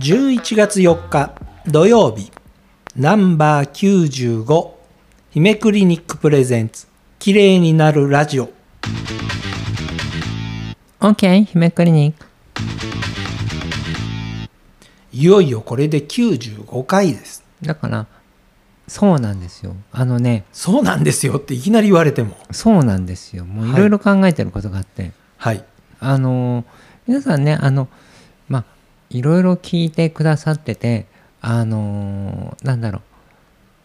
11月4日土曜日ナンバー95姫クリニックプレゼンツ綺麗になるラジオ OK 姫クリニックいよいよこれで95回ですだからそうなんですよあのねそうなんですよっていきなり言われてもそうなんですよもうはいいろいろ考えてることがあって、はいあの皆さんねあのまあいろいろ聞いてくださっててあのなんだろう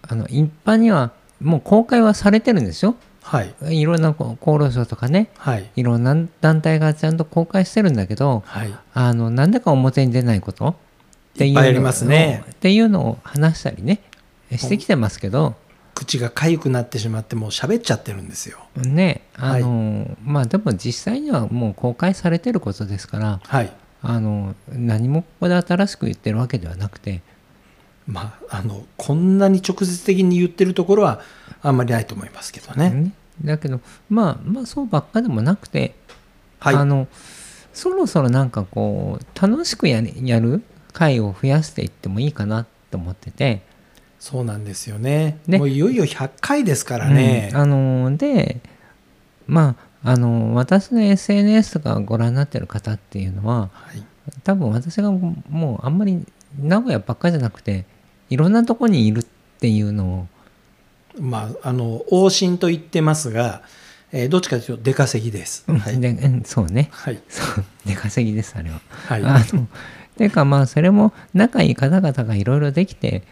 あの一般にはもう公開はされてるんですよはいいろんなこう厚労省とかねはいいろんな団体がちゃんと公開してるんだけどはいあのなんだか表に出ないことっていういっのぱいありますねっていうのを話したりねしてきてますけど口が痒くなってしまってもう喋っちゃってるんですよねあの、まあでも実際にはもう公開されてることですからはいあの何もここで新しく言ってるわけではなくてまああのこんなに直接的に言ってるところはあんまりないと思いますけどねねだけどまあまあそうばっかでもなくて、はいあのそろそろなんかこう楽しくやりやる回を増やしていってもいいかなと思ってて。そうなんですよねねもういよいよ100回ですからね、うんあのでまああの私の SNS とかご覧になってる方っていうのははい、多分私がもうもうあんまり名古屋ばっかじゃなくていろんなとこにいるっていうのをまああの往診と言ってますが、えーどっちかというと出稼ぎです、うんはい、でうんそうねはいそう出稼ぎですあれは。はいあのていうかまあそれも仲いい方々がいろいろできて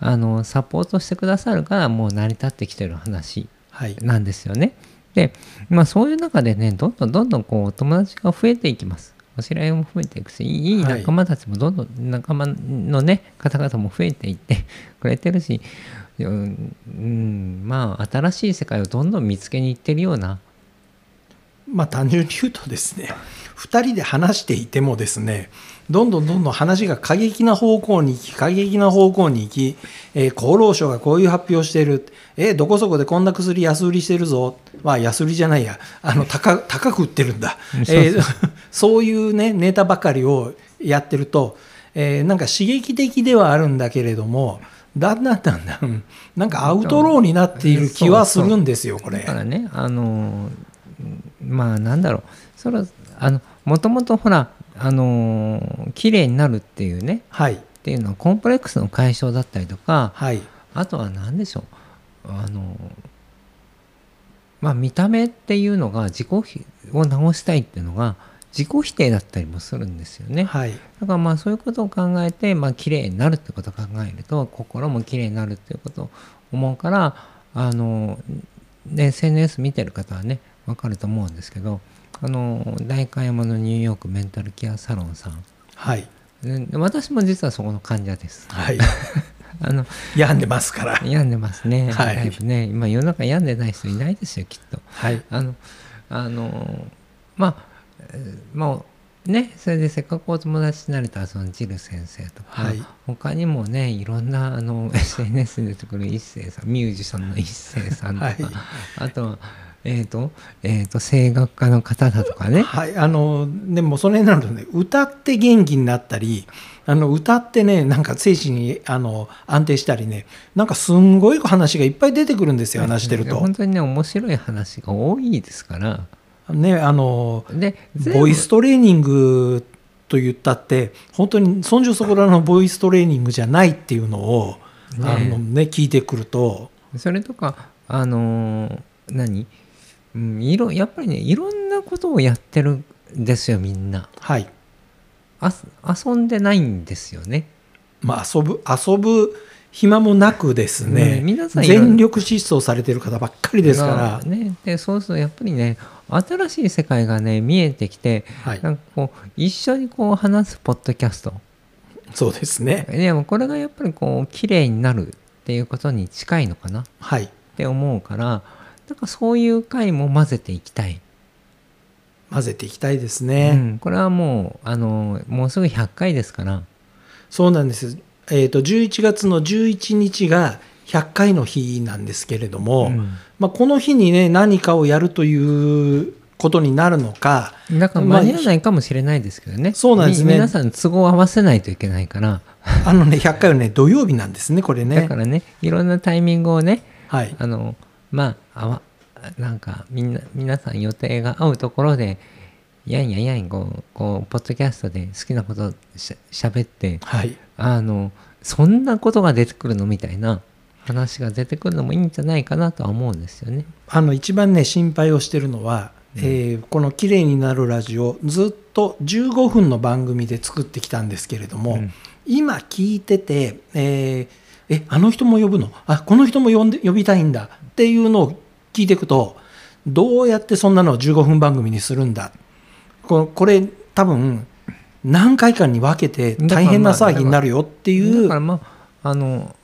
あのサポートしてくださるからもう成り立ってきてる話はいなんですよね。で、まあ、そういう中でねどんどんどんどんこうお友達が増えていきます。お知り合いも増えていくしいいはい仲間たちもどんどん仲間のね方々も増えていって くれてるし、うんうん、まあ新しい世界をどんどん見つけに行ってるようなまあ単純に言うとですね2人で話していてもですねどんどんどんどん話が過激な方向に行き過激な方向に行き、えー厚労省がこういう発表してるえーどこそこでこんな薬安売りしてるぞまあ安売りじゃないやあの高高く売ってるんだ、うんそうそうえー そういうねネタばかりをやってると、えーなんか刺激的ではあるんだけれどもだんだんだんだんなんかアウトローになっている気はするんですよこれだ。からねあのうんまあなんだろうそれはあのもともとほらあの綺麗になるっていうねはいっていうのはコンプレックスの解消だったりとかはいあとは何でしょうあのまあ見た目っていうのが自己否を直したいっていうのが自己否定だったりもするんですよね。はいだからまあそういうことを考えてまあ綺麗になるってことを考えると心も綺麗になるっていうことを思うからあの、ね、SNS 見てる方はね分かると思うんですけどあの代官山のニューヨークメンタルケアサロンさんはいうん私も実はそこの患者です。はい、あの 病んでますから。病んでますね、はいだいぶね今世の中病んでない人いないですよきっと はい、あのあのまあ、えーまあねそれでせっかくお友達になれたそのジル先生とか、はい他にもねいろんなあの SNS に出てくる一星さんミュージシャンの一星さんとか、はいあとはえっ、とえっ、と声楽家の方だとかねはい、あのでもそれになるとね歌って元気になったりあの歌ってねなんか精神にあの安定したりねなんかすんごい話がいっぱい出てくるんですよ話してると本。当にね面白い話が多いですからねあので全部ボイストレーニングと言ったって本当にそんじょそこらのボイストレーニングじゃないっていうのを、ねあのね、聞いてくるとそれとかあのー何、うん、いろやっぱりねいろんなことをやってるんですよみんなはいあす遊んでないんですよねまあ、遊ぶ遊ぶ暇もなくですね、うん皆さんいろいろ全力疾走されてる方ばっかりですから、まあねでそうするとやっぱりね新しい世界がね見えてきてはい、なんかこう一緒にこう話すポッドキャストそうですね、でもこれがやっぱりこう綺麗になるっていうことに近いのかなっはいて思うからなんかそういう回も混ぜていきたい混ぜていきたいですうね、ん、これはもうあのもうすぐ100回ですからそうなんです、えー、と11月の11日が100回の日なんですけれども、うんまあ、この日にね何かをやるということになるの か、だから間に合わないかもしれないですけどね、そうなんですねみ皆さん都合を合わせないといけないから、あのね、100回はね、土曜日なんですね、これだねか。らねいろんなタイミングをねはい。あのまああわなんかみんな皆さん予定が合うところでやんやんやんこうこうポッドキャストで好きなことしゃしゃべってはい。あのそんなことが出てくるのみたいな話が出てくるのもいいんじゃないかなとは思うんですよね。あの、一番ね、心配をしてるのは、うんえーこの綺麗になるラジオ、ずっと15分の番組で作ってきたんですけれども、うん今聞いてて、えーえ、あの人も呼ぶのあ、この人も呼んで、呼びたいんだっていうのを聞いていくと、どうやってそんなのを15分番組にするんだ。ここれ、多分、何回かに分けて大変な騒ぎになるよっていだうからまああの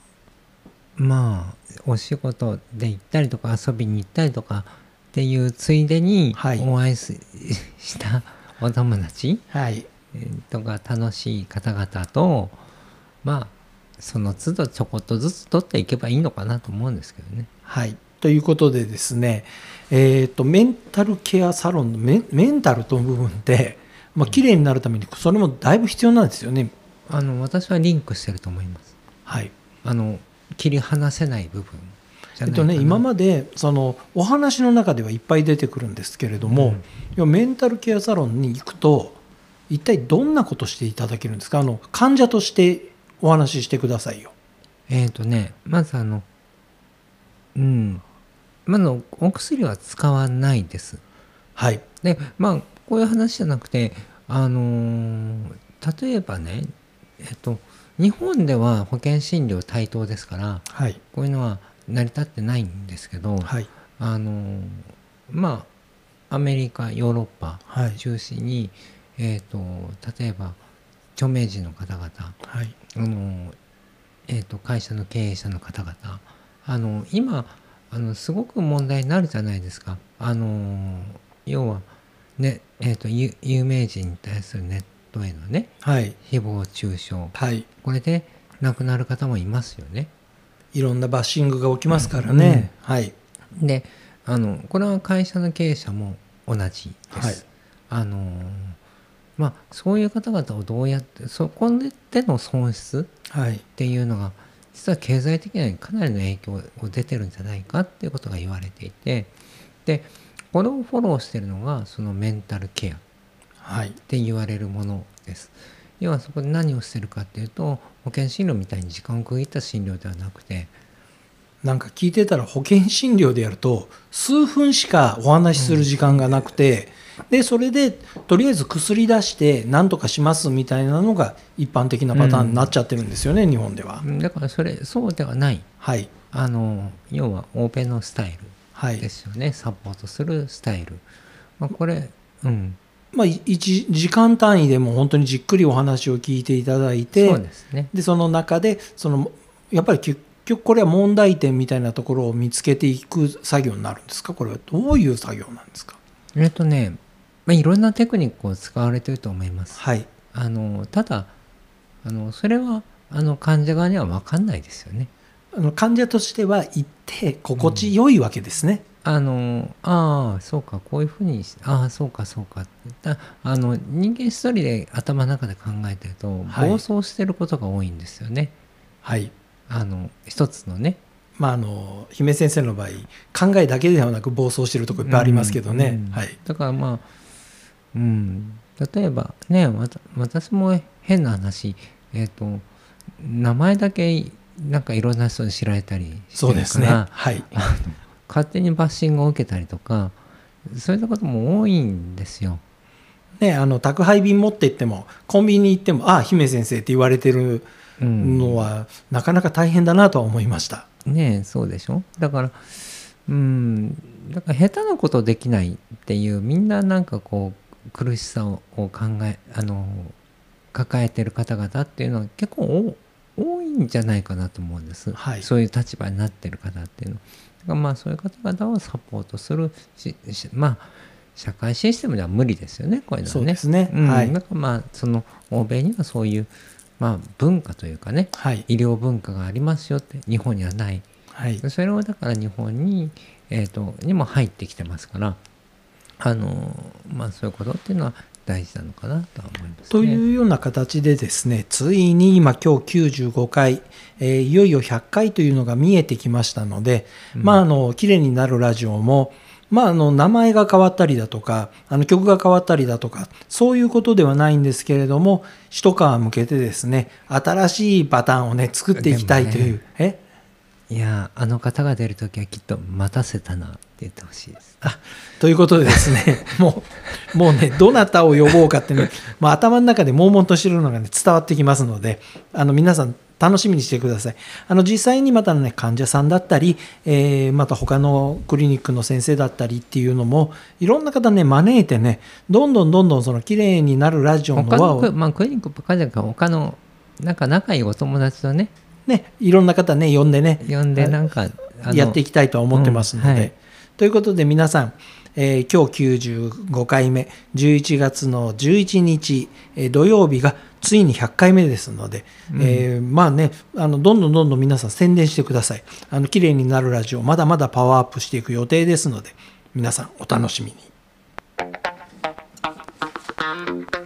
まあお仕事で行ったりとか遊びに行ったりとかっていうついでにはいお会いすした お友達はい、とか楽しい方々とまあその都度ちょこっとずつ取っていけばいいのかなと思うんですけどね。はい、ということでですね、えー、とメンタルケアサロンのメンメンタルとの部分って、まあ綺麗になるためにそれもだいぶ必要なんですよね。あの私はリンクしてると思います。はいあの切り離せない部分えじっゃないかとなね、今までそのお話の中ではいっぱい出てくるんですけれども、要はメンタルケアサロンに行くと一体どんなことしていただけるんですかあの患者としてお話ししてくださいよ。えー、とねまずあのうんまずお薬は使わないです。はい、でまあこういう話じゃなくてあのー例えばねえっ、と日本では保険診療対等ですからはい、こういうのは成り立ってないんですけど、はい、あのーまあアメリカヨーロッパはい、中心に、えー、と例えば著名人の方々はい、あの、えー、と会社の経営者の方々あの今あのすごく問題になるじゃないですかあの要は、ねえー、とゆ有名人に対するネットへのねはい、誹謗中傷はい、これで亡くなる方もいますよね。いろんなバッシングが起きますからね。はい、であのこれは会社の経営者も同じです。はいあのまあ、そういう方々をどうやってそこでの損失はいっ、ていうのが実は経済的にはかなりの影響を出てるんじゃないかっていうことが言われていてでこれをフォローしてるのがそのメンタルケアっはい、て言われるものです。要はそこで何をしてるかっていうと保険診療みたいに時間を区切った診療ではなくてなんか聞いてたら保険診療でやると数分しかお話しする時間がなくて、でそれでとりあえず薬出して何とかしますみたいなのが一般的なパターンになっちゃってるんですよね、日本では。だからそれそうではないはいあの要は欧米のスタイはルでいすよねサポートするスタイル、まあ、これうんまあ、い一時間単位でも本当にじっくりお話を聞いていただいてそうですねでその中でそのやっぱり結局これは問題点みたいなところを見つけていく作業になるんですかこれはどういう作業なんですかえっとね、まあ、いろんなテクニックを使われてると思います。はいあのただあのそれはあの患者側には分かんないですよね。あの患者としては行って心地よいわけですね。あのああそうかこういうふうにしああそうかそうかってだあの人間一人で頭の中で考えてるとはい暴走してることが多いんですよね。はい。あの一つのね。まああの姫先生の場合考えだけではなく暴走してるとこいっぱいありますけどね。うんうんはいだからまあうん例えばねわた私も変な話えっ、と名前だけなんかいろんな人に知られたりしてそうるかでらすね。はい勝手にバッシングを受けたりとかそういったことも多いんですよ。ねあの宅配便持って行ってもコンビニ行ってもああ姫先生って言われてるうん、のは、なかなか大変だなとは思いました。ねえそうでしょだからうんだから下手なことできないっていうみんななんかこう苦しさをを考えあの抱えてる方々っていうのは結構お多いんじゃないかなと思うんです、はいそういう立場になってる方っていうのだからまあそういう方々をサポートするししまあ社会システムでは無理ですよねこういうのはね。そうですね。うんはいなんかまあその欧米にはそういう、まあ、文化というかねはい医療文化がありますよって日本にはないはいそれをだから日本に,、えー、とにも入ってきてますからあのまあそういうことっていうのは大事なのかなとは思います、ね、というような形でですねついに今今日95回、えーいよいよ100回というのが見えてきましたので、うんまああの綺麗になるラジオもまあ、あの名前が変わったりだとかあの曲が変わったりだとかそういうことではないんですけれども一皮向けてですね新しいパターンをね作っていきたいという、えいやーあの方が出るときはきっと待たせたなって言ってほしいですということでですね もうもうねどなたを呼ぼうかってねもう頭の中で悶々としてるのがね伝わってきますのであの皆さん楽しみにしてくださいあの実際にまたね患者さんだったり、えーまた他のクリニックの先生だったりっていうのもいろんな方ね招いてねどんどんどんどんその綺麗になるラジオの他輪のをク,、まあ、クリニックばっかりだから他のなんか仲いいお友達とねねいろんな方ね呼んでね呼んでなんかあのやっていきたいとは思ってますので。うんはいということで皆さん、えー今日95回目11月の11日、えー土曜日がついに100回目ですので、うんえーまあねあのどんどんどんどん皆さん宣伝してくださいあの綺麗になるラジオまだまだパワーアップしていく予定ですので皆さんお楽しみに。